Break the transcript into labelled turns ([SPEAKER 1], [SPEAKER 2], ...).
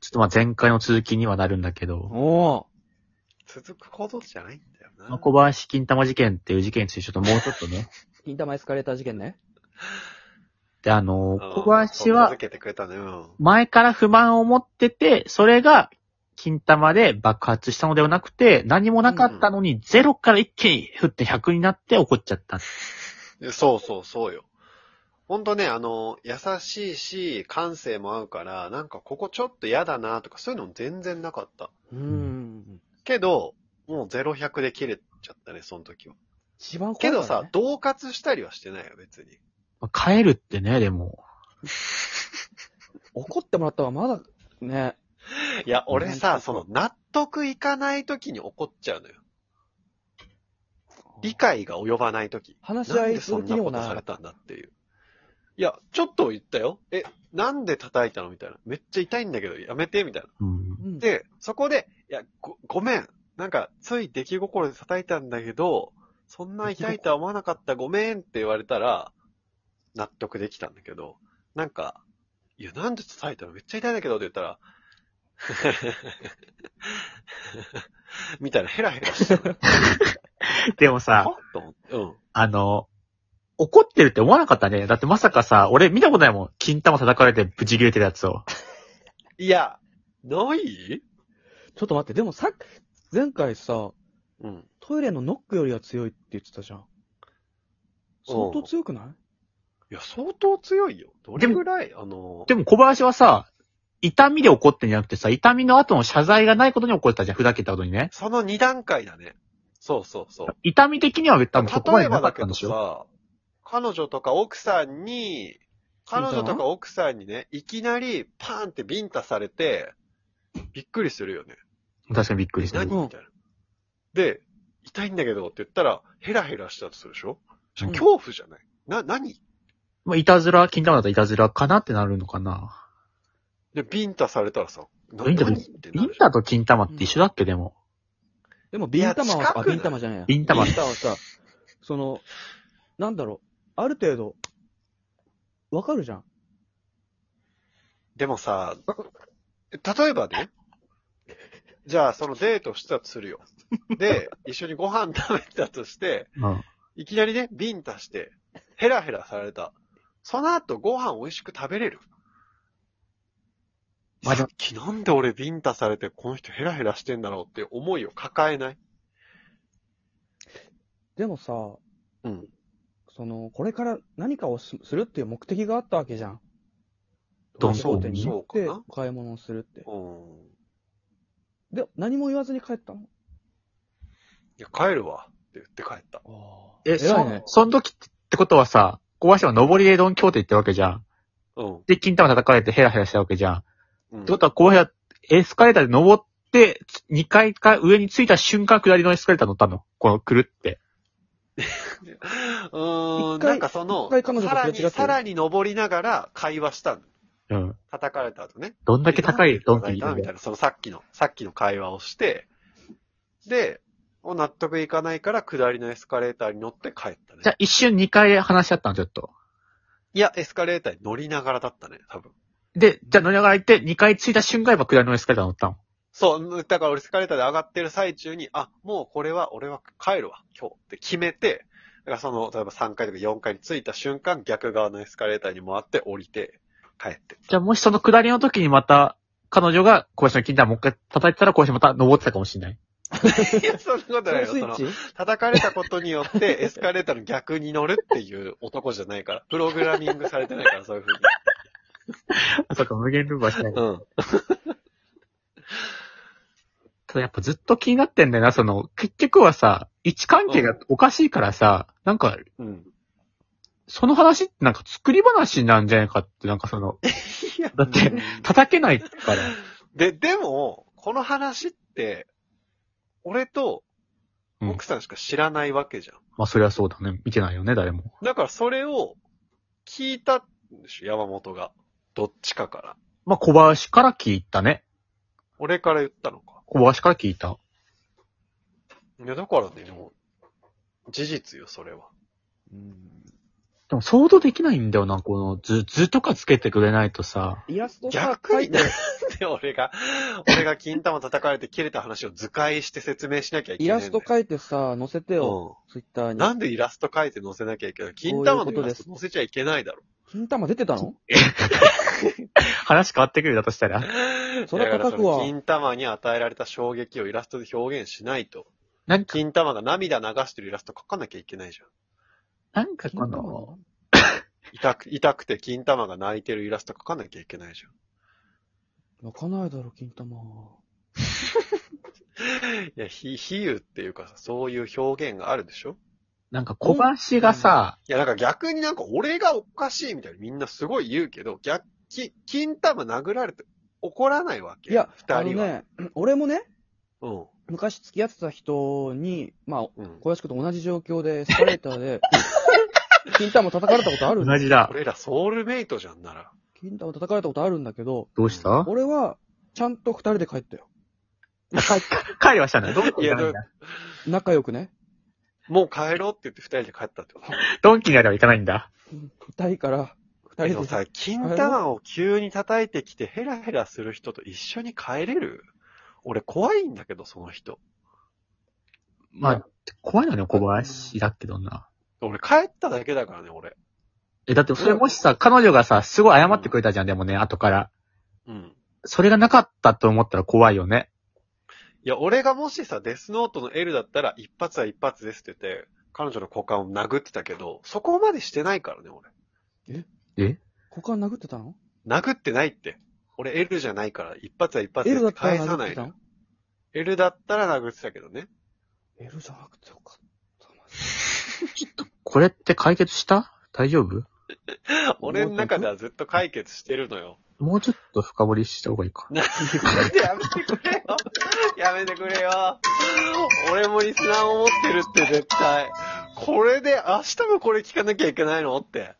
[SPEAKER 1] ちょっとまあ前回の続きにはなるんだけど、
[SPEAKER 2] お
[SPEAKER 3] 続くほどじゃないんだよ
[SPEAKER 1] まあ
[SPEAKER 3] な。
[SPEAKER 1] 小林金玉事件っていう事件についてちょっともうちょっとね。
[SPEAKER 2] ー金玉エスカレーター事件ね。
[SPEAKER 1] で、あの
[SPEAKER 3] うん
[SPEAKER 1] ー、小林
[SPEAKER 3] 名
[SPEAKER 1] は
[SPEAKER 3] 付けてくれたね。うん。
[SPEAKER 1] 前から不満を持ってて、それが金玉で爆発したのではなくて、何もなかったのにゼロから一気に降って100になって怒っちゃった。
[SPEAKER 3] そうそうそうよ。ほんとね、あの、優しいし、感性も合うから、なんかここちょっと嫌だなとか、そういうのも全然なかった。
[SPEAKER 2] うーん。
[SPEAKER 3] けど、もう0100で切れちゃったね、その時は。
[SPEAKER 2] 一番怖い、ね。
[SPEAKER 3] けどさ、同活したりはしてないよ、別に。
[SPEAKER 1] まあ帰るってね、でも。
[SPEAKER 2] 怒ってもらった方がまだ、ね。
[SPEAKER 3] いや、俺
[SPEAKER 2] うん
[SPEAKER 3] さ、その、納得いかない時に怒っちゃうのよ。理解が及ばない時。
[SPEAKER 2] 話し
[SPEAKER 3] な
[SPEAKER 2] 合
[SPEAKER 3] ん
[SPEAKER 2] い
[SPEAKER 3] ですそ
[SPEAKER 2] る
[SPEAKER 3] ん
[SPEAKER 2] 気
[SPEAKER 3] な
[SPEAKER 2] に
[SPEAKER 3] こ
[SPEAKER 2] も
[SPEAKER 3] と
[SPEAKER 2] な
[SPEAKER 3] され
[SPEAKER 2] る。
[SPEAKER 3] たんだっていう。いや、ちょっと言ったよ。え、なんで叩いたのみたいな。めっちゃ痛いんだけど、やめて、みたいな。
[SPEAKER 1] うん。
[SPEAKER 2] うん、
[SPEAKER 3] で、そこで、いや、ご、ごめん。なんか、つい出来心で叩いたんだけど、そんな痛いとは思わなかった、ごめんって言われたら、納得できたんだけど、なんか、いや、なんで叩いたのめっちゃ痛いんだけどって言ったら、 みたいな、ヘラヘラしてたのよ。
[SPEAKER 1] でもさ、
[SPEAKER 3] はと思って。うん。
[SPEAKER 1] あの、怒ってるって思わなかったね。だってまさかさ、俺見たことないもん。金玉叩かれてブチ切れてるやつを。
[SPEAKER 3] いや、ない
[SPEAKER 2] ちょっと待って、でもさっき、前回さ、
[SPEAKER 3] うん。
[SPEAKER 2] トイレのノックよりは強いって言ってたじゃん。相当強くない
[SPEAKER 3] いや、相当強いよ。どれぐらいあの、
[SPEAKER 1] でも小林はさ、痛みで怒ってんじゃなくてさ、痛みの後の謝罪がないことに怒ってたじゃん。ふざけたことにね。
[SPEAKER 3] その二段階だね。そうそうそう。
[SPEAKER 1] 痛み的には多分そこま
[SPEAKER 3] 例
[SPEAKER 1] で
[SPEAKER 3] え
[SPEAKER 1] なかっ
[SPEAKER 3] ばだけ
[SPEAKER 1] たん
[SPEAKER 3] ど
[SPEAKER 1] でしょ。
[SPEAKER 3] さ、彼女とか奥さんに、彼女とか奥さんにね、いきなりパーンってビンタされて、びっくりするよね。
[SPEAKER 1] 確かにびっくりした。
[SPEAKER 3] 何みたいな。で、痛いんだけどって言ったら、ヘラヘラしたとするでしょそれ
[SPEAKER 2] うん
[SPEAKER 3] 恐怖じゃない、な、何
[SPEAKER 1] まあ、いたずら、金玉だったらいたずらかなってなるのかな。
[SPEAKER 3] で、ビンタされたらさ、な
[SPEAKER 1] ビン
[SPEAKER 3] 何
[SPEAKER 1] タ
[SPEAKER 3] って
[SPEAKER 1] ビ
[SPEAKER 3] な
[SPEAKER 1] ン
[SPEAKER 3] るじ
[SPEAKER 1] タ
[SPEAKER 3] ゃん
[SPEAKER 1] と金玉って一緒だっけ、でも。
[SPEAKER 2] でも、ビン玉は
[SPEAKER 3] いや近く
[SPEAKER 2] さ、あ、
[SPEAKER 3] ない
[SPEAKER 2] ビン玉じゃねえや。
[SPEAKER 1] ビン玉
[SPEAKER 2] ビンタはさ、その、なんだろう、ある程度、わかるじゃん。
[SPEAKER 3] で もさ、例えばね、じゃあそのデートしたとするよ。で、一緒にご飯食べたとして、
[SPEAKER 1] うん。
[SPEAKER 3] いきなりね、ビンタして、ヘラヘラされた。その後ご飯美味しく食べれる。
[SPEAKER 1] まあで
[SPEAKER 3] さ
[SPEAKER 1] も
[SPEAKER 3] っきなんで俺ビンタされてこの人ヘラヘラしてんだろうって思いを抱えない。
[SPEAKER 2] でもさ、
[SPEAKER 3] うん。
[SPEAKER 2] その、これから何かをすするっていう目的があったわけじゃん。
[SPEAKER 1] ど
[SPEAKER 3] う
[SPEAKER 2] 商店に行っ
[SPEAKER 3] そう
[SPEAKER 2] て
[SPEAKER 3] そうかな、
[SPEAKER 2] 買い物をするって。
[SPEAKER 3] うん。
[SPEAKER 2] で、何も言わずに帰ったの
[SPEAKER 3] いや、帰るわ。って言って帰った。
[SPEAKER 1] え、
[SPEAKER 2] 偉
[SPEAKER 1] そ
[SPEAKER 2] いね
[SPEAKER 1] ん、。その時ってことはさ、小林は登りでドンキョーテ行ったわけじゃん。
[SPEAKER 3] うん。
[SPEAKER 1] で、金玉叩かれてヘラヘラしたわけじゃん。
[SPEAKER 3] うん
[SPEAKER 1] ってことは、小林はエスカレーターで登って、2階か上に着いた瞬間下りのエスカレーター乗ったの。この、くるって。
[SPEAKER 3] うー
[SPEAKER 2] 一
[SPEAKER 3] ん、
[SPEAKER 2] 回
[SPEAKER 3] なんかその、
[SPEAKER 2] 一回彼女と
[SPEAKER 3] さ
[SPEAKER 2] すれ違
[SPEAKER 3] ら
[SPEAKER 2] ってる
[SPEAKER 3] に、さらに登りながら会話したの。
[SPEAKER 1] うん。
[SPEAKER 3] 叩かれた後ね。
[SPEAKER 1] どんだけ高いドンキ
[SPEAKER 3] 叩い
[SPEAKER 1] 行
[SPEAKER 3] た
[SPEAKER 1] っ
[SPEAKER 3] み
[SPEAKER 1] て
[SPEAKER 3] た
[SPEAKER 1] た
[SPEAKER 3] いな、そのさっきの、さっきの会話をして、で、もう納得いかないから下りのエスカレーターに乗って帰ったね
[SPEAKER 1] じゃ。あ一瞬2階で話し合ったの、ちょっと。
[SPEAKER 3] いや、エスカレーターに乗りながらだったね、多分。
[SPEAKER 1] で、じゃあ乗りながら行って、2階着いた瞬間やっぱ下りのエスカレーター乗ったの。
[SPEAKER 3] そう、だから俺エスカレーターで上がってる最中に、あ、もうこれは俺は帰るわ、今日って決めて、だからその、例えば3階とか4階に着いた瞬間、逆側のエスカレーターに回って降りて、帰って。
[SPEAKER 1] じゃあもしその下りの時にまた、彼女が小林の金玉もう一回叩いてたら小林また登ってたかもしれない。
[SPEAKER 3] いや、そんなこと
[SPEAKER 2] そ
[SPEAKER 3] な
[SPEAKER 2] の
[SPEAKER 3] いよ、
[SPEAKER 2] スイッ
[SPEAKER 3] その。
[SPEAKER 2] チ
[SPEAKER 3] 叩かれたことに よって、エスカレーターの逆に乗るっていう男じゃないから。プログラミングされてないから、そういうふうに。
[SPEAKER 1] あ、 そうか、無限ループはしない。
[SPEAKER 3] うん。
[SPEAKER 1] ただやっぱずっと気になってんだよな、その、結局はさ、位置関係がおかしいからさ、なんか、
[SPEAKER 3] うん。
[SPEAKER 1] その話ってなんか作り話なんじゃないかって、なんかその、だって、叩けないから。
[SPEAKER 3] で、でも、この話って、俺と
[SPEAKER 1] うん
[SPEAKER 3] 奥さんしか知らないわけじゃん。
[SPEAKER 1] まあそりゃそうだね。見てないよね、誰も。
[SPEAKER 3] だからそれを聞いたんでしょ、山本が。どっちかから。
[SPEAKER 1] まあ小林から聞いたね。
[SPEAKER 3] 俺から言ったのか。
[SPEAKER 1] 小林から聞いた。
[SPEAKER 3] いや、だからね、でも、事実よ、それは。
[SPEAKER 2] うん
[SPEAKER 1] でも想像できないんだよな、この図、図とかつけてくれないとさ。
[SPEAKER 2] イラストさ、
[SPEAKER 3] 逆に
[SPEAKER 2] 描いて
[SPEAKER 3] なんで俺が、俺が金玉叩かれて切れた話を図解して説明しなきゃいけ
[SPEAKER 2] イラ
[SPEAKER 3] ないんだよ。
[SPEAKER 2] スト描いてさ、載せてよ、
[SPEAKER 3] うん
[SPEAKER 2] ツイッターに。
[SPEAKER 3] なんでイラスト描いて載せなきゃいけない金玉のイラスト載せちゃいけないだろ。
[SPEAKER 2] 金玉出てたの
[SPEAKER 1] 話変わってくるだとしたら。
[SPEAKER 2] そりゃ
[SPEAKER 3] だから
[SPEAKER 2] 叩くわ
[SPEAKER 3] その金玉に与えられた衝撃をイラストで表現しないと。
[SPEAKER 1] なんか、
[SPEAKER 3] 金玉が涙流してるイラスト描かなきゃいけないじゃん。
[SPEAKER 1] なんかこ
[SPEAKER 2] 金
[SPEAKER 1] の、
[SPEAKER 2] 玉
[SPEAKER 3] 痛く、痛くて金玉が泣いてるイラスト描かなきゃいけないじゃん。
[SPEAKER 2] 泣かないだろ、金玉。
[SPEAKER 3] いや、ひ、比喩っていうかさ、そういう表現があるでしょ
[SPEAKER 1] なんか小橋がさ、
[SPEAKER 3] いや、なんか逆になんか俺がおかしいみたいにみんなすごい言うけど、逆、き金玉殴られて怒らないわけ
[SPEAKER 2] いや、
[SPEAKER 3] 二
[SPEAKER 2] あの
[SPEAKER 3] 人は。
[SPEAKER 2] ね、俺もね、
[SPEAKER 3] うん。
[SPEAKER 2] 昔付き合ってた人に、まあ、
[SPEAKER 3] うん。
[SPEAKER 2] 小林くんと同じ状況で、エスカレーター で、金玉叩かれたことある
[SPEAKER 1] 同じだ。
[SPEAKER 3] 俺らソウルメイトじゃんなら。
[SPEAKER 2] 金玉叩かれたことあるんだけど、
[SPEAKER 1] どうした
[SPEAKER 2] 俺は、ちゃんと二人で帰ったよ。
[SPEAKER 1] 帰帰りはしたんだよ。ドンキにあるんだ
[SPEAKER 2] 仲良くね。
[SPEAKER 3] もう帰ろうって言って二人で帰ったってこと。
[SPEAKER 1] ドンキにあれば行かないんだ。
[SPEAKER 2] 痛いから、二
[SPEAKER 3] で
[SPEAKER 2] 人
[SPEAKER 3] も
[SPEAKER 2] で。
[SPEAKER 3] さ、金玉を急に叩いてきてヘラヘラする人と一緒に帰れる俺怖いんだけど、その人。
[SPEAKER 1] まあ、怖いのね、小林だけどな。
[SPEAKER 3] 俺帰っただけだからね、俺。
[SPEAKER 1] え、だってそれもしさ、彼女がさ、すごい謝ってくれたじゃん、でもね、後から。
[SPEAKER 3] うん。
[SPEAKER 1] それがなかったと思ったら怖いよね。
[SPEAKER 3] いや、俺がもしさ、デスノートの L だったら、一発は一発ですって言って、彼女の股間を殴ってたけど、そこまでしてないからね、俺。
[SPEAKER 1] え
[SPEAKER 2] 股間殴ってたの
[SPEAKER 3] 殴ってないって。俺 L じゃないから、一発は一発で
[SPEAKER 2] ?L だ
[SPEAKER 3] す
[SPEAKER 2] ったら
[SPEAKER 3] 返さ
[SPEAKER 2] 殴っ
[SPEAKER 3] な
[SPEAKER 2] て
[SPEAKER 3] い
[SPEAKER 2] た
[SPEAKER 3] の。
[SPEAKER 2] の
[SPEAKER 3] L だったら殴ってたけど ね。
[SPEAKER 2] ?L じゃなくてよかった。
[SPEAKER 1] これって解決した大丈夫
[SPEAKER 3] 俺の中ではずっと解決してるのよ。
[SPEAKER 1] もうちょっと深掘りした方がいいか。
[SPEAKER 3] やめてくれよ。 やめてくれよ。俺もリスナーを持ってるって絶対。これで明日もこれ聞かなきゃいけないのって。